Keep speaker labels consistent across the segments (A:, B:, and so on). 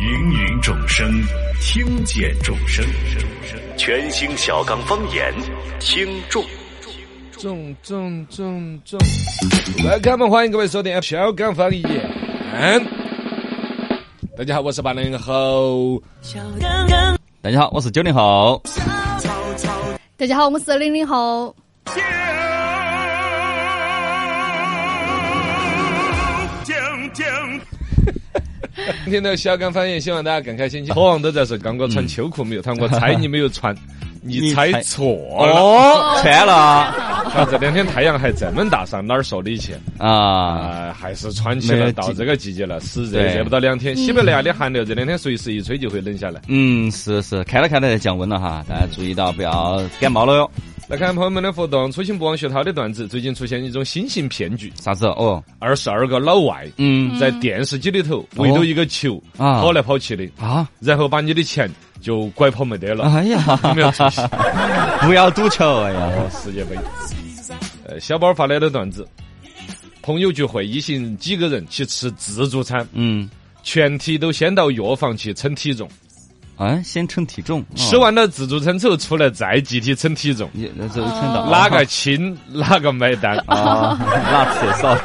A: 芸芸众生，听见众生，全新小刚方言，听众。
B: 中中中中！Welcome，欢迎各位收听小刚方言。大家好，我是八零后。
C: 大家好，我是九零后。
D: 大家好，我们是零零后。
B: 听到小刚方言，希望大家更开心。火王都在说，刚哥穿秋裤没有？他说我猜你没有 穿，你
C: 你
B: 猜
C: 猜
B: 错了。
C: 哦，穿了
B: 啊，这两天太阳还这么大，上哪儿受力去？
C: 啊！
B: 啊，还是穿起了，
C: 没
B: 到这个季节了，湿热
C: 对
B: 热不到两天。西伯利亚的寒流这两天随时一吹就会冷下来。
C: 嗯，是是，开了开了降温了哈，大家注意到不要感冒了哟。
B: 来看朋友们的互动，初心不忘学涛的段子，最近出现一种新型骗局：
C: 啥子？哦，
B: 二十二个老外
C: 嗯哦
B: 在电视机里头围着一个球
C: 啊
B: 跑来跑去的，
C: 啊，
B: 然后把你的钱就拐跑没得了。
C: 哎 呀，
B: 有没 有出息？
C: 不要赌球，哎呀，
B: 哦，世界杯。呃，小宝发来的段子：朋友聚会，一行几个人去吃自助餐，
C: 嗯，
B: 全体都先到药房去称体重，
C: 啊，先称体重，哦
B: 吃，完了自助餐之后出来再集体称体重，
C: 也这称到
B: 哪个轻哪个买单。
C: 啊？ 拉厕所，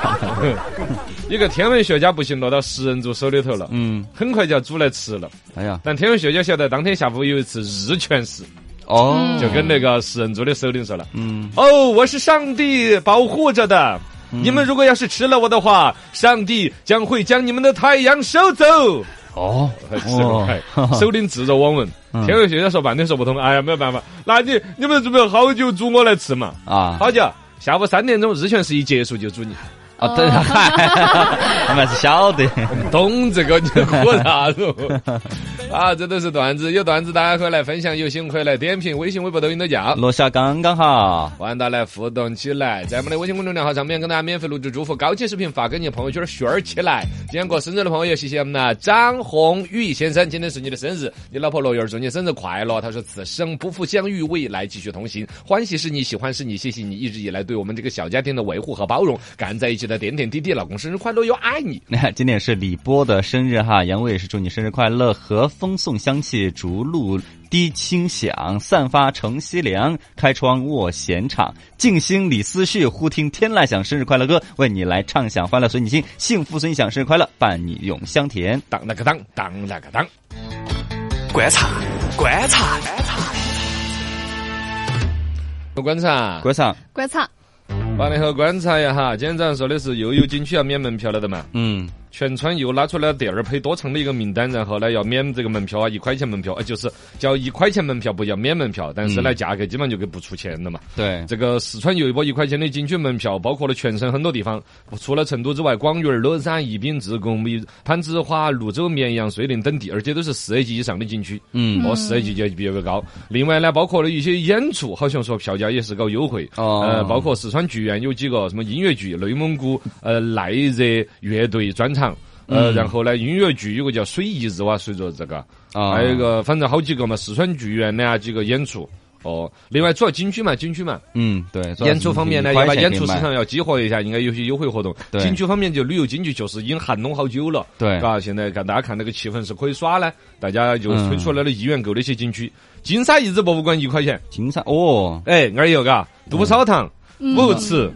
B: 一个天文学家不幸落到食人族手里头了，
C: 嗯，
B: 很快就要煮来吃了。
C: 哎呀，
B: 但天文学家晓得当天下午有一次日全食，
C: 哦，
B: 就跟那个食人族的首领说了：“
C: 嗯，
B: 哦，我是上帝保护着的。”你们如果要是吃了我的话，上帝将会将你们的太阳收走。
C: 哦，
B: 是
C: 哦
B: 快， 首领指着我们，
C: 嗯
B: 天文学家说半天说不通，哎呀，没有办法，那你你们准备好久煮我来吃嘛？
C: 啊
B: 好久，下午三点钟日全食一结束就煮你，
C: 啊，对， 嗨，他们还是晓得，
B: 懂这个你喝啥子？ 啊，这都是段子，有段子大家可以来分享，有心可以来点评，微信、微博、抖音都叫。
C: 落下刚刚好，
B: 欢迎大家来互动起来，在我们的微信公众号上面跟大家免费录制祝福，高清视频发给你的朋友圈炫儿起来。今天过生日的朋友，谢谢我们的张宏宇先生，今天是你的生日，你老婆罗玉儿祝你生日快乐。她说此生不负相遇，未来继续同行，欢喜是你，喜欢是你，谢谢你一直以来对我们这个小家庭的维护和包容，感恩在一起的点点滴滴。老公生日快乐哟，爱你。
C: 那 今天也是李波的生日哈，杨伟也是祝你生日快乐，和风送香气，竹露滴清响，散发乘西凉，开窗卧闲敞，静心理思绪，忽听天籁响，生日快乐歌，为你来唱响欢乐随你心，幸福随你想，生日快乐伴你永 香甜。
B: 当那个当，当那个当。
A: 观察，观察，
B: 观察，
C: 郭上，
D: 观察，
B: 八零后观察一下哈，今天早上说的是又有景区要免门票了的嘛？
C: 嗯，
B: 全川又拉出来第二批多长的一个名单，然后呢要免这个门票啊，一块钱门票，呃，就是叫一块钱门票不叫免门票，但是呢价格基本上就给不出钱了嘛。
C: 对，
B: 这个四川有一波一块钱的景区门票，包括了全省很多地方，除了成都之外，广元、乐山、宜宾、自贡、米攀枝花、泸州、绵阳、绥宁等地，而且都是四 A 级以上的景区，
C: 嗯，
B: 哦，四 A 级就比较高。另外呢，包括了一些演出，好像说票价也是搞优惠，
C: 哦
B: 呃，包括四川剧院有几个什么音乐剧、内蒙古呃耐热乐队专场。
C: 嗯
B: 呃，然后呢，音乐剧有个叫水一日哇，随着这个，
C: 啊
B: 还有一个反正好几个嘛，四川剧院的啊几个演出，哦，另外主要景区嘛，景区嘛，
C: 嗯，对，
B: 演出方面呢，要
C: 要
B: 把演出市场要激活一下，应该有些优惠活动。
C: 对
B: 景区方面就旅游景区，确实已经寒冬好久了。
C: 对
B: 嘎，现在看大家看那个气氛是可以耍呢，大家就
C: 嗯
B: 推出来了意愿购那些景区，金沙遗址博物馆一块钱，
C: 金山哦，
B: 哎，那儿有嘎，
C: 嗯
B: 杜草堂、
D: 嗯
B: 武祠、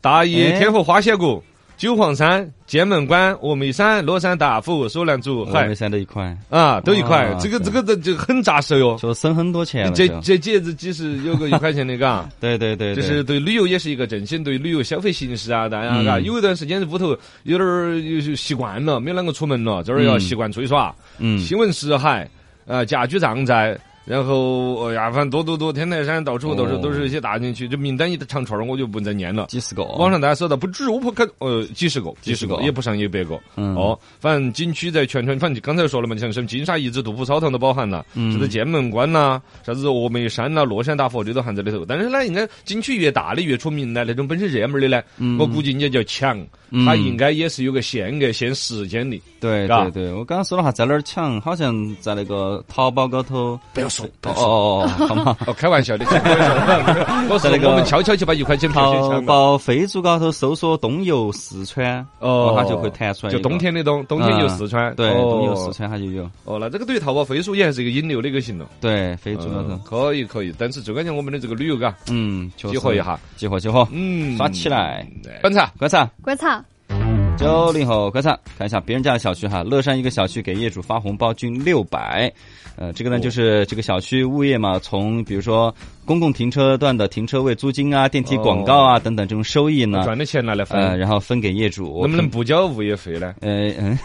B: 大邑
C: 哎
B: 天河花仙谷、九黄山、剑门关、峨眉山、乐山大佛、首南竹
C: 峨
B: 海
C: 眉山的一块，
B: 啊，都一块
C: 哇。
B: 这个
C: 对
B: 这个这就很扎实哟。
C: 就省很哦多钱了
B: 这
C: 就，
B: 这戒指几十有个一块钱的嘎。
C: 对对对，
B: 就
C: 对
B: 是对旅游也是一个振兴，对旅游消费形式啊，大家
C: 嗯
B: 嘎，有一段时间屋头有点儿有些习惯了，没有啷个出门了，这儿要
C: 嗯
B: 习惯出去耍，
C: 嗯
B: 新闻识海，呃，家居常在。然后，哎呀，反正多多多，天台山到处到处
C: 哦
B: 都是一些大景区，这名单一长串儿，我就不再念了。
C: 几十个，
B: 网上大家搜到不止五可呃几十个，几
C: 哦几
B: 十
C: 十
B: 个
C: 个
B: 也不上一百个。
C: 嗯
B: 哦，反正景区在全川，反正刚才说了嘛，像什么金沙遗址、杜甫草堂都包含了，
C: 嗯
B: 啥子剑门关呐、啥子峨眉山呐、乐山大佛这都含在里头。但是呢，应该景区越大的越出名呢，那种本身热门的呢，我估计人家叫抢，
C: 嗯
B: 它应该也是有个限额、限 时间的。
C: 对
B: 嘎
C: 对对，我刚刚说了哈，在哪儿抢？好像在那个淘宝高头，不要
B: 送，
C: 哦哦 哦，好吗？
B: 哦，开玩笑的，我是我们悄悄去把一块钱票先
C: 淘
B: 抢了。
C: 宝飞猪高头搜索“东游四川”，
B: 哦
C: 它就会弹出来一
B: 就
C: 个。
B: 冬天的冬，冬天有四川，
C: 嗯对，
B: 哦
C: 东游四。川它就有。
B: 哦，那这个对于淘宝飞书也还是一个引流的一个行动。
C: 对，飞猪高头
B: 嗯，可以可以，但是就感觉我们的这个旅游啊嘎，
C: 嗯，确实
B: 激活一下，
C: 激活激活，
B: 嗯，
C: 刷起来。
B: 观察，
C: 观察
D: 观察，
C: 九零后，观察看一下别人家的小区哈，乐山一个小区给业主发红包均六百，呃，这个呢就是这个小区物业嘛，从比如说公共停车段的停车位租金啊、电梯广告啊、等等这种收益呢，
B: 赚的钱拿来分，
C: 呃，然后分给业主，
B: 能不能不交物业费 呢？
C: 呃，嗯，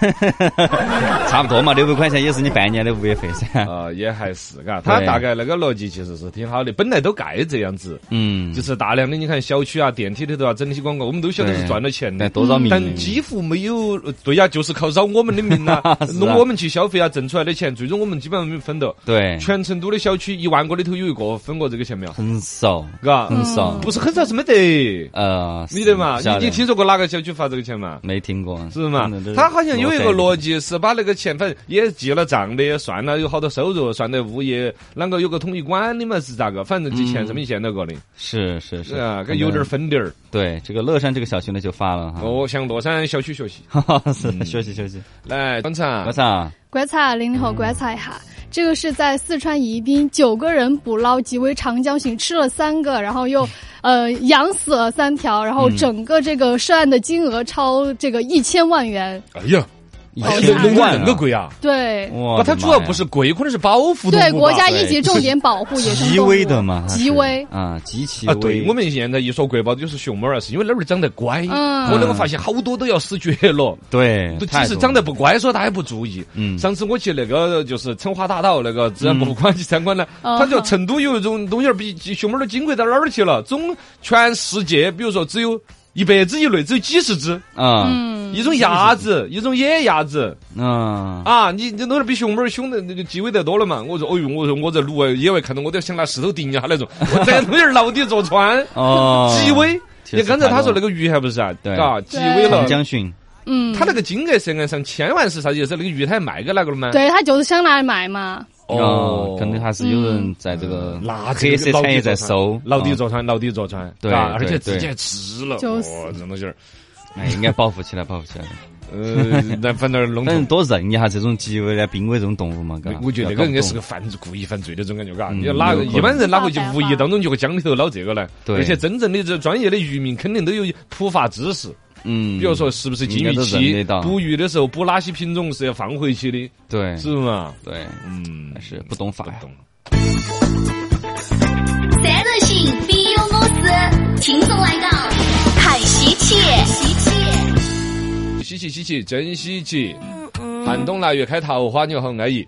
C: 差不多嘛，六百块钱也是你半年的物业费噻。
B: 啊，也还是嘎，他
C: 对
B: 大概那个逻辑其实是挺好的，本来都该这样子，
C: 嗯，
B: 就是大量的你看小区啊、电梯里头啊、整体广告，我们都晓得是
C: 对
B: 赚了钱的
C: 嗯但，多扰民。
B: 但几乎没有，呃对呀、就是靠扰我们的民呐、
C: 是啊
B: 弄我们去消费啊，挣出来的钱，最终我们基本上没有分到。
C: 对，嗯
B: 全成都的小区一万个里头有一个分过这个钱没 有？
C: 很少，
B: 嘎，
C: 很少。
B: 不是很少是 没得，
C: 呃，
B: 你的嘛？
C: 晓
B: 你你听说过哪个小区发这个钱嘛？
C: 没听过？
B: 是嘛
C: 嗯？
B: 他好像有一个逻，辑是把那个钱，反正也记了账的，也算了有好多收入，算得物业啷个有个统一管理嘛，是咋个？反正这钱是没见到过的，
C: 是是
B: 是
C: 是
B: 啊，跟有点儿。分点儿。
C: 对，这个乐山这个小区呢就发了
B: 我向乐山小区学习。
C: 哈，是
B: 嗯
C: 休息休息。
B: 来，观察
C: 我，操，
D: 观察零零后观察一下，这个是在四川宜宾，九个人捕捞极危长江鲟，吃了三个，然后又呃养死了三条，然后整个这个涉案的金额超这个一千万元，
B: 哎呀，
C: 一
D: 好
B: 龙
D: 惨
B: 龙
C: 万
B: 那个贵啊！
D: 对。
C: 哇，
B: 不，它主要不是贵，可能是保护动
D: 对
B: 物
D: 国
B: 吧
D: 家一级重点保护野生
C: 极
D: 动物
C: 危的嘛，它是
D: 极危，
C: 啊，极其
B: 啊，
C: 危。
B: 对我们现在一说国宝就是熊猫儿，是因为那儿长得乖。
D: 嗯
B: 后来我发现好多都要死绝了，
C: 对，
B: 都即
C: 哎太
B: 使
C: 多
B: 长得
C: 了
B: 不乖，说他还不注意。
C: 嗯
B: 上次我去那个就是成华大道那个自然博物馆去参观呢，
D: 哦
B: 他就成都有一种东西儿比熊猫儿都金贵到哪儿去了？总全世界，比如说只有一百只以内，只有几十只，
C: 啊
D: 嗯，
B: 一种鸭子，一种野鸭子
C: 啊，
B: 啊！你你弄得比熊猫儿凶的那个机会得多了嘛？我说，哎呦，我说我在路外野外看到我都要想拿石头顶一下那 种，我这东西儿牢底坐穿。
C: 哦，
B: 极危。
C: 其
B: 你
C: 实
B: 刚才
C: 太
B: 他
C: 多
B: 说那
C: 了
B: 个鱼还不是啊？
C: 对
B: 嘎，极危
D: 对
B: 了
C: 长。江鲟，
D: 嗯，
B: 他那个金额涉案上千万是啥意思？那个鱼他还卖给哪个了吗？
D: 对他就是想拿来卖嘛，
C: 哦，肯定还是有人在这个
B: 嗯
C: 黑色产业在收，
B: 牢底
C: 嗯，
B: 坐穿，牢底坐穿，
C: 对
B: 嘎啊而
C: 对
B: 且直
C: 对
B: 接吃了，
D: 就
B: 哦
D: 是，
B: 这东西儿，
C: 哎，应该保护起来，保 护起来。
B: 呃，那反正弄
C: 反正
B: 成。
C: 多认一下这种极危的濒危这种动物嘛，嘎。
B: 我觉得那
C: 要
B: 个
C: 搞
B: 应该是
C: 懂
B: 个犯故意犯罪的这种感觉，嘎，
C: 嗯
B: 你哪个
C: 有可能
B: 一般人哪会去
D: 没办法
B: 无意当中就会江里头捞这个呢？
C: 对
B: 而且真正的这专业的渔民肯定都有普法知识，
C: 嗯，
B: 比如说是不是禁渔
C: 应该都认
B: 期
C: 得到，
B: 捕鱼的时候捕哪些品种是要放回去的，
C: 对
B: 是嘛？
C: 对，
B: 嗯
C: 但，哎是不懂法
B: 不
C: 呀。
B: 懂。
E: 三人行必有我师，轻松来搞，看稀奇，稀奇。
B: 稀奇稀奇，真稀奇！寒冬腊月开桃花，你好安逸。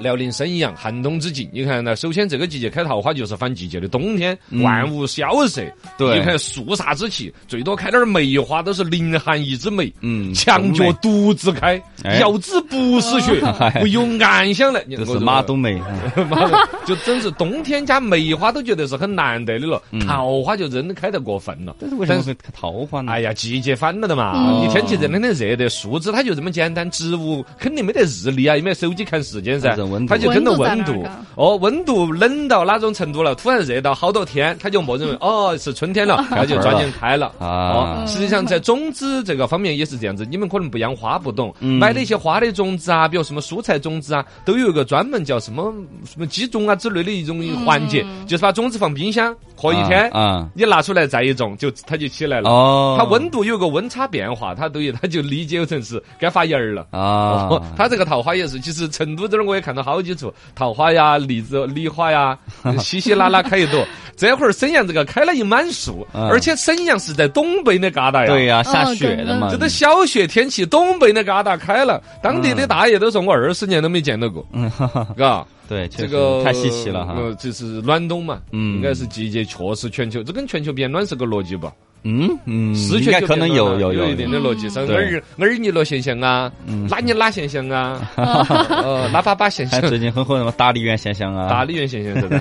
B: 辽宁沈阳，寒冬之际，你看呢？首先这个季节开桃花就是反季节的冬天，万物萧瑟。
C: 嗯对
B: 你看肃杀之气，最多开点儿梅花，都是凌寒一枝梅。
C: 嗯
B: 墙角独自开，
C: 哎
B: 遥知不 是雪，
C: 哎
B: 唯有暗香来。你
C: 这
B: 我
C: 是马 冬梅，嗯
B: 妈的，就真是冬天加梅花都觉得是很难得的了，
C: 嗯
B: 桃花就真的开得过分了。
C: 但是为什么会开桃花呢？
B: 哎呀，季节反了的嘛！
D: 嗯
B: 你天气热的很热的，树枝它就这么简单，植物肯定没得日历啊，也没得手机看时间噻
C: 看着温，度
B: 它就跟着温
D: 温度
B: 度
D: 在哪儿。
B: 哦，温度冷到哪种程度了？突然热到好多天，它就默 认为哦是春天了，它就抓紧开了。
C: 啊
B: 哦，实际上在种子这个方面也是这样子，你们可能不养花不懂，
C: 嗯
B: 买的一些花的种子啊，比如什么蔬菜种子啊，都有一个专门叫什么什么鸡种啊之类的一种
D: 嗯
B: 环节，就是把种子放冰箱过一天，
C: 啊，
B: 你拿出来再一种，就它就起来了。
C: 哦，
B: 它温度有个温差变化，它对于它就理解成是该发芽儿了。
C: 啊
B: 哦，，它这个桃花也是，其实成都这儿我也看到好几处桃花呀、梨子、梨花 呀，稀稀拉拉开一朵。这会儿沈阳这个开了一满树，
C: 嗯
B: 而且沈阳是在东北那旮瘩呀。
C: 对
B: 呀。
C: 呀，下雪了嘛，
D: 嗯
B: 这都小雪天气，东北那旮瘩开了，当地的大爷都说我二十年都没见到过，
C: 嗯， 哈哈
B: 嘎，
C: 对，确
B: 这
C: 实
B: 个
C: 太稀奇了哈。
B: 呃，这是暖冬嘛，
C: 嗯
B: 应该是季节确实全球，这跟全球变暖是个逻辑吧？
C: 嗯嗯，
B: 十
C: 应
B: 全
C: 该
B: 就
C: 可能
B: 变
C: 有
B: 暖
C: 有
B: 了有一点的逻辑，像
C: 对嗯
B: 耳耳泥罗现象啊，拉泥拉现象 啊，呃，拉粑粑现
C: 还
B: 象，
C: 最近很火什么大力猿现哎象啊，
B: 打梨园现象是 吧？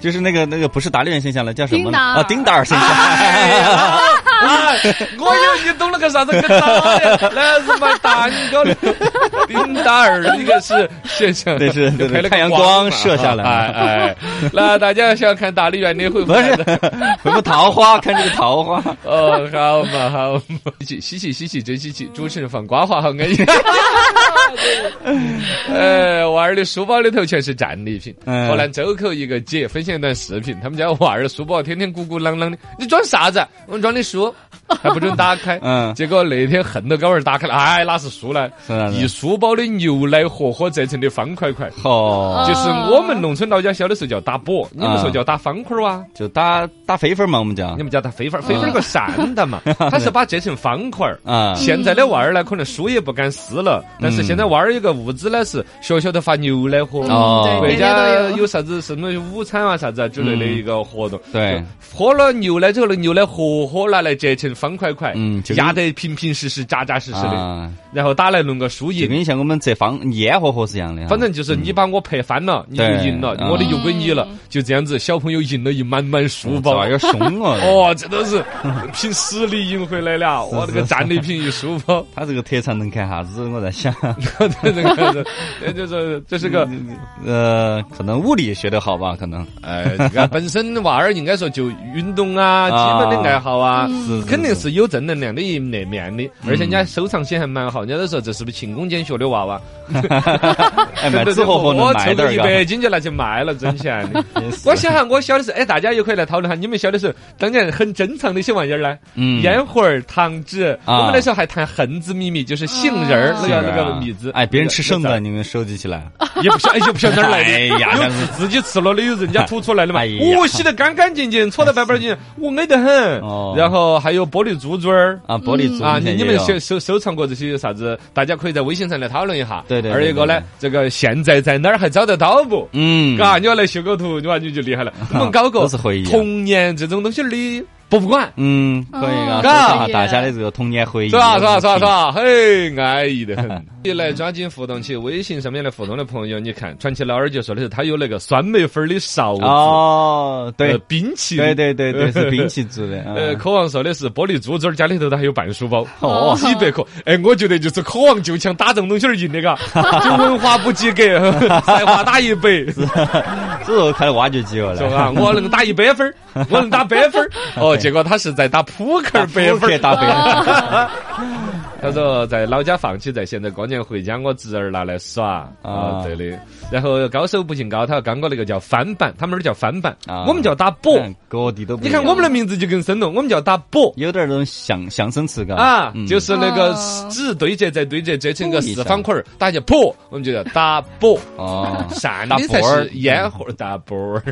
C: 就是那个那个不是达利人现象了，叫什么
D: 丁
C: 呢？
D: 达
B: 哎
C: 啊，丁达尔
D: 尔
C: 现象。
B: 啊！我以为你懂了个啥子个啥呀？那是卖蛋糕的丁达尔，那个是现象，
C: 那是
B: 就拍了个
C: 太阳
B: 光
C: 光射下来
B: 哎哎，那大家想看大力园的会不
C: 不是，回复桃花，看这个桃花。
B: 哦，好嘛好嘛，稀奇稀奇稀奇，真稀奇！主持人放瓜话好 安逸。哎，娃儿的书包里头全是战利品。
C: 嗯
B: 河南周口一个姐分享一段视频，他们家娃儿书包天天鼓鼓囊囊的，你装啥子？我们装的书，还不准打开。
C: 嗯
B: 结果那天恨得高儿打开了，哎，哪是书呢
C: 是啊？是啊
B: 一书包的牛奶和和折成的方块块。
C: 哦，
B: 就是我们农村老家小的时候叫打簸，你们说
C: 啊
B: 叫打方块儿哇？
C: 就打打肥肥嘛，我们讲
B: 你。们叫它飞粉儿，飞粉儿个扇的 嘛，它是把折成方块儿。
C: 啊，嗯
B: 现在的娃儿呢，可能书也不敢撕了，但是现在娃儿有个物资呢是学校头发牛奶喝，
C: 哦
D: 嗯
B: 国
D: 对，每年
B: 家
D: 都有。
B: 有啥子什么午餐啊啥子啊之类的一个活动。
C: 对，
B: 喝了牛奶之后，那牛奶盒盒拿来折成方块块，
C: 嗯就跟
B: 压得平平实实、扎扎实实的，
C: 啊，
B: 然后打来弄个输
C: 就
B: 赢。
C: 跟像我们这方烟火火是一样的哈。
B: 反正就是你把我拍翻了，你就
C: 对
B: 赢了，
C: 嗯
B: 我的又归你了，就这样子。小朋友赢了一满满书
C: 这
B: 包，
C: 玩意儿凶哦。
B: 哦，这都是凭实力赢回来了。我那个战利品一书包，
C: 他这个特长能干啥子？我在想，
B: 这个这就是这是
C: 嗯
B: 个
C: 呃，可能物理学得好吧，可能
B: 哎，这个本身娃儿应该说就运动啊，
C: 啊
B: 基本的爱好啊。
C: 是嗯
B: 肯定是有正能量的一那面的，而且人家收藏心还蛮好。人家都说这是不是勤工俭学的娃娃？
C: 哎，买纸盒盒能
B: 我
C: 卖
B: 凑
C: 点
B: 够
C: 儿
B: 一
C: 个
B: 百。斤就拿去卖了，挣钱的。
C: 真是
B: 我想哈，我小的时候，哎，大家也可以来讨论下，你们小的时候，当年很珍藏的一些玩意儿呢，
C: 嗯
B: 烟灰儿、糖纸，
C: 啊
B: 我们那时候还谈杏子米米，就是杏仁儿那个那
C: 是
B: 个
C: 啊
B: 米子，
C: 哎，别人吃剩
B: 那
C: 的，
B: 个，
C: 你们收集起来。 啊
B: 也不晓哎也不晓得哪儿来的，
C: 哎呀
B: 有
C: 那是
B: 自己吃了的，有人家吐出来的嘛
C: 哎，呀
B: 我洗得干干净净，搓得白白净净，我美得很
C: 哦。
B: 然后还有玻璃珠珠儿。
C: 啊，玻璃珠
B: 啊，你你们收
C: 收
B: 收收藏过这些啥子？大家可以在微信上来讨论一下。
C: 对对对
B: 二一个呢，这个现在在哪儿还找得到不？
C: 嗯，
B: 嘎，你要来修个图，你娃你就厉害 了。我们搞过
C: 都是回忆啊
B: 童年这种东西儿的博物馆，
C: 嗯，可以啊，收
D: 哦
C: 藏下
D: 可以
C: 大家的这个童年回忆。
B: 是啊吧？是吧？是吧？是吧？嘿，安逸得很。你来抓紧互动起，微信上面来互动的朋友，你看，传奇老二就说的是他有那个酸梅粉儿的勺子，
C: 哦，对
B: 呃，，冰淇淋
C: 对。对对对，是兵器组 的。
B: 呃，
C: 嗯
B: 渴望说的是玻璃珠珠儿，家里头它还有半书包，
C: 哦
B: 几百克。哎，我觉得就是渴望就强打这种东西儿赢的，嘎，就文化不及格，才华打一百。
C: 啊这时候开始挖掘 机了，哎
B: 说 啊，我能打一百 分儿，我能打百 分儿。哦，结果他是在打扑克百分儿。
C: 打白，
B: 他说在老家放起在现在过年回家我侄儿拿来耍啊
C: 啊，
B: 对的。然后高手不姓高，他说刚哥那个叫翻版，他们那儿叫翻版
C: 啊，
B: 我们叫打簸。
C: 各地都不
B: 你
C: 一样
B: 看我们的名字就更生动，我们叫打簸。
C: 有点儿那种相相声词，嘎
B: 啊，
C: 嗯
B: 就是那个
D: 哦
B: 纸对折再对折折成个
C: 不一
B: 四
C: 样
B: 方块儿，打叫簸，我们就叫打簸。
C: 哦，
B: 扇
C: 打
B: 的才
C: 波儿
B: 是烟火打波 儿。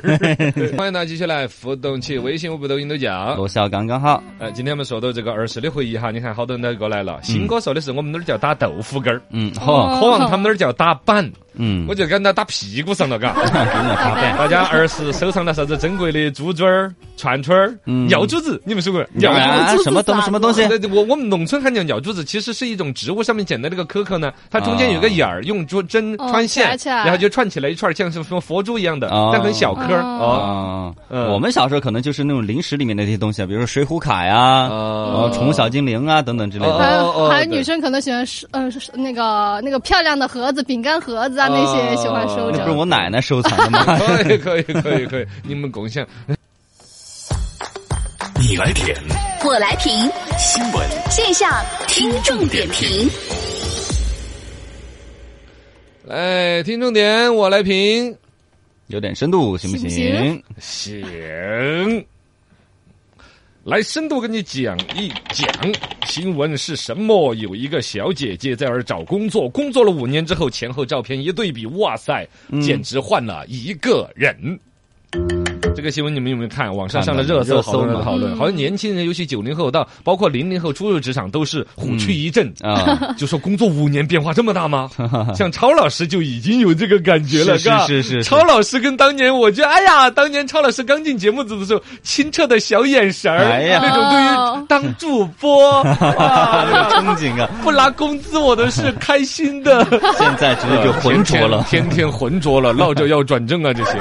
B: 欢迎大家继续来互动起，微信、微博、抖音都叫。
C: 罗小刚刚好，
B: 呃，今天我们说到这个儿时的回忆哈，你看好多人都过来了。新哥说的是我们那儿叫打豆腐干儿，
C: 嗯，好，
D: 哦
B: 渴望他们那儿叫打板，
C: 嗯，
B: 我就跟他打屁股上了， 嘎。
C: 给你发板，
B: 大家儿时收藏了啥子珍贵的珠珠儿、串串儿、
C: 嗯
B: 药珠子，你们说过？
C: 你
B: 药珠子。
C: 啊什么东什么东西？
B: 对对我我们农村还叫鸟珠子，其实是一种植物上面捡的那个壳壳呢，它中间有个眼儿，用珠针
D: 哦
B: 穿线
D: 夹，起来
B: 然后就串起来一串，像是什么佛珠一样的，
C: 哦
B: 但很小颗儿。哦，
C: 啊，
B: 嗯
C: 我们小时候可能就是那种零食里面的那些东西啊，比如说水浒卡呀，然后
B: 哦
C: 宠 物小精灵啊等等之类
B: 哦
C: 的。
D: 还
B: 哦
D: 有还有
B: 对
D: 女生可能喜欢收，呃，是那个那个漂亮的盒子、饼干盒子啊，那些喜欢收
C: 那
D: 着
B: 哦
C: 不是。我奶奶收藏的吗？
B: 哎可以可以可以可以，你们共享。
A: 你来点
E: 我来评，
A: 新闻
E: 线下听众点评。
B: 来，哎听重点，我来评。
C: 有点深度行不
D: 行不行？
B: 行，来深度跟你讲一讲新闻是什么。有一个小姐姐在那儿找工作，工作了五年之后，前后照片一对比，哇塞，简直换了一个人。这个新闻你们有没有看？网上上了热搜，
C: 热
B: 好
C: 搜
B: 多人在
C: 嘛
B: 讨论，
D: 嗯
B: 好像年轻人，尤其九零后到包括零零后初入职场，都是虎躯一震，
C: 啊，
B: 就说工作五年变化这么大吗？像超老师就已经有这个感觉了，
C: 是
B: 吧
C: 是是是
B: 超老师跟当年，我觉得，哎呀，当年超老师刚进节目组的时候，清澈的小眼神儿，
C: 哎呀
B: 那种对于当主 播、
C: 这个
B: 啊
C: 憧憬啊，
B: 不拿工资我都是开心的，
C: 现
B: 哦
C: 在直接就浑浊了。
B: 天天浑浊了，闹着要转正啊这些。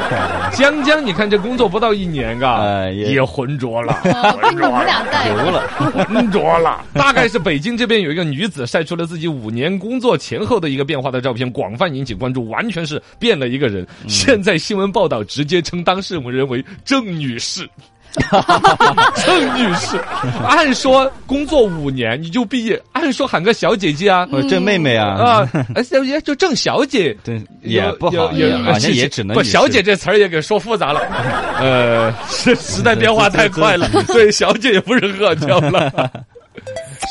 B: 江江，你看这工作作不到一年，嘎、
C: 哎也
B: 也浑浊了，
D: 被你们俩带
C: 有
D: 的。
C: 了，
B: 浑浊了。大概是北京这边有一个女子晒出了自己五年工作前后的一个变化的照片，广泛引起关注，完全是变了一个人。现在新闻报道直接称当事人为郑女士。郑女士，按说工作五年你就毕业，按说喊个小姐姐啊
C: 我郑妹妹啊，
B: 啊，哎小姐就郑小姐，
C: 嗯对，也不好，
B: 哦有
C: 也
B: 有
C: 好像也只能
B: 不
C: 女士
B: 小姐这词儿也给说复杂了，呃，是时代变化太快了，对小姐也不是很好叫了。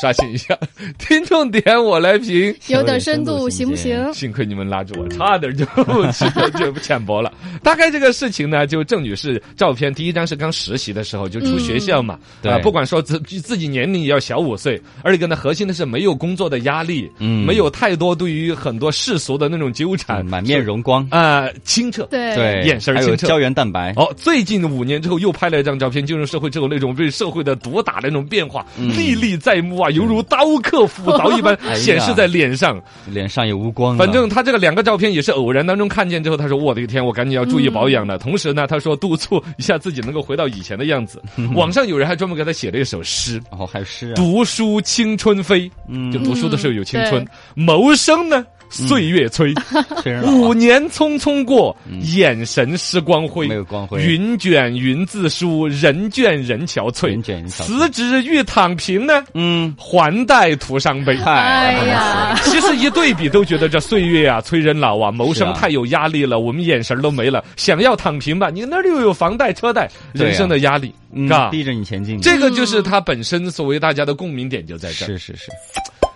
B: 刷新一下，听众点我来评，
D: 有点深度行不行？
B: 幸亏你们拉住我，差点就就就浅薄了。大概这个事情呢，就郑女士照片，第一张是刚实习的时候就出学校嘛，
C: 嗯
B: 啊
C: 对
B: 不管说自自己年龄也要小五岁，而一个呢，核心的是没有工作的压力，
C: 嗯
B: 没有太多对于很多世俗的那种纠缠，
C: 嗯满面容光，
B: 啊清澈，
D: 对
C: 对，
B: 眼神儿
C: 还有
B: 清澈
C: 胶原蛋白，
B: 哦，最近五年之后又拍了一张照片，进入社会之后那种被社会的毒打的那种变化，历历在目啊，犹如刀刻斧凿一般
D: 哎
C: 呀
B: 显示在脸上。
C: 脸上也无光了，啊
B: 反正他这个两个照片也是偶然当中看见之后，他说：“我的天，我赶紧要注意保
D: 嗯
B: 养了。同时呢，他说督促一下自己能够回到以前的样子。网上有人还专门给他写了一首诗。
C: 然后还有诗啊，
B: 读书青春飞，
C: 嗯
B: 就读书的时候有青春
D: 嗯；
B: 谋生呢，岁月催。
C: 虽然
B: 五年匆匆过，眼神失光辉，
C: 没有光辉
B: 云卷云自舒，人倦人憔悴，
C: 人倦人憔悴
B: 辞职欲躺平呢，
C: 嗯，
B: 还贷徒伤悲。
D: 哎
C: 嗨，
D: 呀，
B: 其实一对比，都觉得这岁月啊，催人老啊，谋
C: 是
B: 生
C: 啊
B: 太有压力了，我们眼神都没了。想要躺平吧，你那儿又有房贷、车贷，
C: 对啊
B: 人生的压力，
C: 嗯
B: 是吧？
C: 逼着你前进，
B: 这个就是他本身所谓大家的共鸣点就在这儿。
C: 是是是，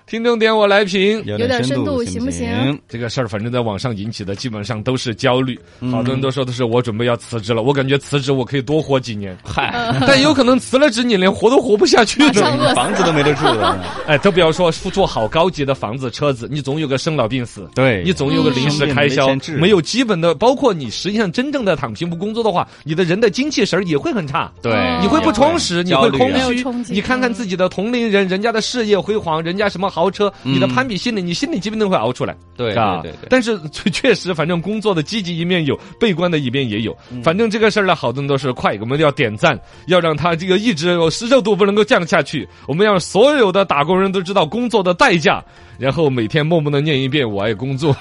B: 听众点我来评，
C: 有
D: 有点深
C: 度
D: 度
C: 行
D: 行不行
C: 行？
B: 这个事儿，反正在网上引起的基本上都是焦虑，
C: 嗯
B: 好多人都说的是我准备要辞职了，我感觉辞职我可以多活几 年，
C: 嗨，
D: 嗯
B: 但有可能辞了职你连活都活不下去
D: 马上
B: 了。
D: 饿死
C: 房子都没得住 了，
B: 哎，都不要说住好高级的房子、车子，你总有个生老病死，
C: 对
B: 你总有个临时开销
C: 嗯生病没钱，治
B: 没有基本的，包括你实际上真正的躺平不工作的话，你的人的精气神儿也会很差。
C: 对
D: 哦，
B: 你会不充实，你会
C: 焦
B: 空
C: 虑啊
D: 没有
B: 虚
D: 冲。击
B: 你看看自己的同龄人，人家的事业辉煌，人家什么豪车，
C: 嗯
B: 你的攀比心理，你心里基本都会熬出来，
C: 对
B: 是吧
C: 对对对
B: 啊但是 确确实，反正工作的积极一面有，悲观的一面也有。
C: 嗯
B: 反正这个事儿呢，好多人都是快，我们要点赞，要让他这个一直有热度不能够降下去。我们要让所有的打工人都知道工作的代价，然后每天默默的念一遍“我爱工作” 。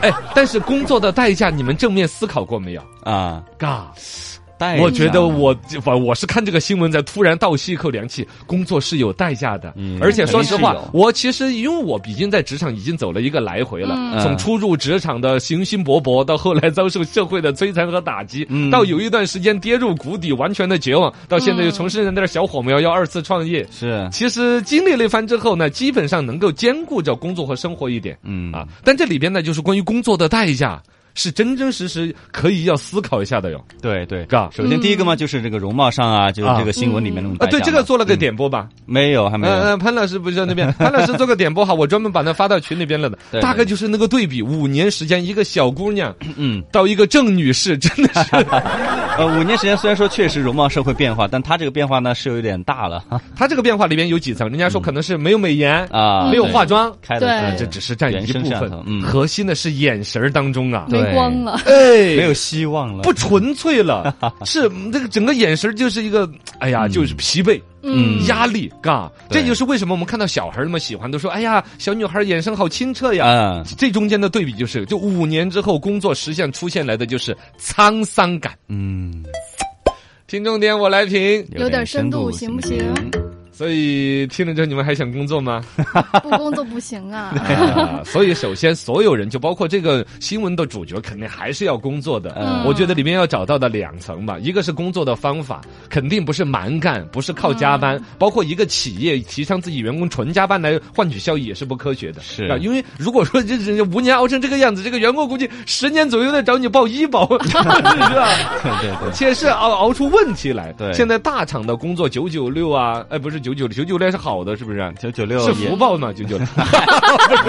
B: 哎，但是工作的代价，你们正面思考过没 有？
C: 啊，
B: 嘎。
C: 带
B: 我觉
C: 上
B: 得我我我是看这个新闻在突然倒吸一口凉气，工作是有代价的，
C: 嗯
B: 而且说实话
C: 肯定是有，
B: 我其实因为我已经在职场已经走了一个来回了，
D: 嗯
B: 从初入职场的辛辛薄薄，到后来遭受社会的摧残和打击，
C: 嗯
B: 到有一段时间跌入谷底，完全的绝望，到现在又重新在那儿小火苗要二次创业。
C: 是
B: 其实经历了一番之后呢，基本上能够兼顾着工作和生活一点，
C: 嗯
B: 啊，但这里边呢，就是关于工作的代价，是真真实实可以要思考一下的哟。
C: 对对
B: 嘎，
C: 首先第一个嘛，
D: 嗯
C: 就是这个容貌上啊，就是这个新闻里面那种
B: 啊，对，
C: 代
B: 这
C: 价
B: 个
C: 嘛
B: 做了个点播吧。
C: 没有，还
B: 嗯
C: 没有，
B: 嗯，潘老师不是在那 边，潘老师做个点播哈，我专门把它发到群里边了的。
C: 对
B: 大概就是那个对比，五年时间，一个小姑娘
C: 嗯，
B: 到一个郑女士，真的 是，嗯
C: 呃，五年时间虽然说确实容貌社会变化，但他这个变化呢是有点大了
B: 她这个变化里边有几层，人家说可能是没有美颜，
C: 嗯啊，
B: 没有
C: 对
B: 化妆，
C: 开
D: 对
C: 的嗯
B: 这只是占
C: 原
B: 一
C: 生
B: 部
C: 摄像
B: 分
C: 头，嗯
B: 核心的是眼神儿当中啊，
D: 没
C: 对
D: 光了。
B: 哎
C: 没有希望了，
B: 不纯粹 了，是嗯这个整个眼神就是一个，哎呀，就是疲惫。
D: 嗯
B: 压力，嘎，
C: 对
B: 这就是为什么我们看到小孩儿那么喜欢，都说哎呀，小女孩眼神好清澈呀。
C: 嗯
B: 这中间的对比就是，就五年之后工作实现出现来的就是沧桑感。
C: 嗯，
B: 听众点我来评，
D: 有点深度行不行
C: 嗯
B: 所以听了之后你们还想工作吗？
D: 不工作不行啊。
B: 啊 所以首先所有人，就包括这个新闻的主角，肯定还是要工作的。
C: 嗯
B: 我觉得里面要找到的两层吧，一个是工作的方法，肯定不是蛮干，不是靠加班，包括一个企业提倡自己员工纯加班来换取效益也是不科学的。
C: 是
B: 啊因为如果说这人家五年熬成这个样子，这个员工估计十年左右再找你报医保，是吧？
C: 对对对，
B: 且是熬熬出问题来。
C: 对
B: 现在大厂的工作九九六啊，哎，不是九九九九六是好的，是不是？
C: 九九六
B: 是福报嘛？九九六，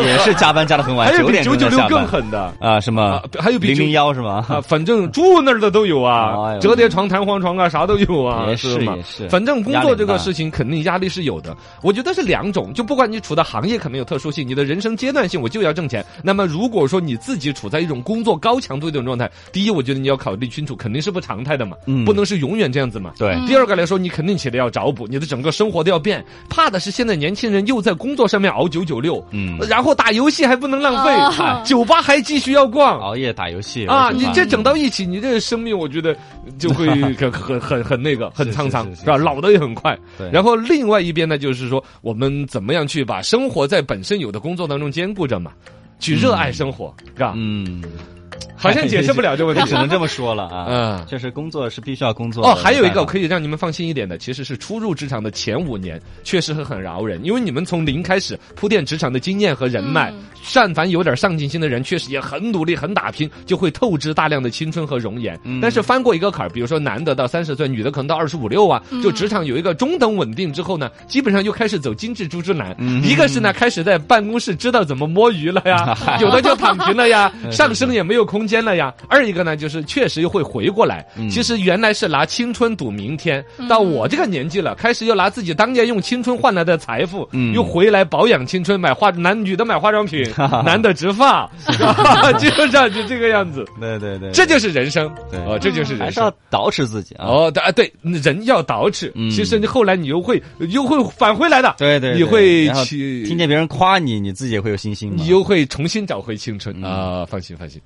C: 也是加班加的很晚
B: 还，有
C: 九
B: 比
C: 点
B: 九
C: 钟
B: 九
C: 才
B: 六
C: 下班
B: 更狠的
C: 啊？什么
B: 啊？还有比
C: 零
B: 九
C: 零幺是
B: 啊，
C: 吗？
B: 反正住那儿的都有啊，
C: 哎呦
B: 折叠床、弹簧床啊，啥都有啊，
C: 也是
B: 吗
C: 也是
B: 反正工
C: 压力
B: 作
C: 很
B: 这个
C: 大
B: 事情肯定压力是有的。我觉得是两种，就不管你处的行业可能有特殊性，你的人生阶段性，我就要挣钱。那么如果说你自己处在一种工作高强度的一种状态，第一，我觉得你要考虑清楚，肯定是不常态的嘛，
C: 嗯
B: 不能是永远这样子嘛。
C: 对，
D: 嗯
B: 第二个来说，你肯定起来要找补，你的整个生活都要变。怕的是现在年轻人又在工作上面熬九九六，
C: 嗯啊
B: 然后打游戏还不能浪费，
D: 哦
B: 哎酒吧还继续要 逛，
C: 熬夜打游戏
B: 啊，
C: 玩手
B: 你
C: 机
B: 这整到一起，你这个生命我觉得就 会很很很很那个，很
C: 是
B: 沧
C: 是
B: 桑，
C: 是是
B: 是吧？
C: 是
B: 老的也很快。
C: 对
B: 然后另外一边呢，就是说我们怎么样去把生活在本身有的工作当中兼顾着嘛，去热爱生活，是吧？
C: 嗯，
B: 好像解释不了这个问
C: 也
B: 题
C: 只。能这么说了啊。
B: 嗯。
C: 确实，工作是必须要工作的
B: 哦，还有一个
C: 没办法
B: 可以让你们放心一点的，其实是初入职场的前五年，确实很很熬人，因为你们从零开始铺垫职场的经验和人脉，
D: 嗯
B: 但凡有点上进心的人，确实也很努力、很打拼，就会透支大量的青春和容颜。
C: 嗯
B: 但是翻过一个坎儿，比如说男的到三十岁，女的可能到二十五六啊，
C: 嗯
B: 就职场有一个中等稳定之后呢，基本上又开始走精致猪之男。
C: 嗯
B: 一个是呢，开始在办公室知道怎么摸鱼了 呀，有的就躺平了呀，上升也没有空间了呀。二一个呢，就是确实又会回过来，
C: 嗯
B: 其实原来是拿青春赌明天，到我这个年纪了，开始又拿自己当年用青春换来的财富，
C: 嗯
B: 又回来保养青春，买化男女的买化妆 品，男的植发， 就是这样就这个样子，
C: 对对对，
B: 这就是人生，
C: 对
B: 哦，这就是
C: 还
B: 人
C: 是
B: 生
C: 要。捯饬自己啊。
B: 哦，对啊，对，人要捯饬，
C: 嗯
B: 其实你后来你又会又会返回来的，
C: 对对，对
B: 你会
C: 然后
B: 去
C: 听见别人夸你，你自己也会有信心嘛。
B: 你又会重新找回青春
C: 嗯
B: 啊！放心，放心。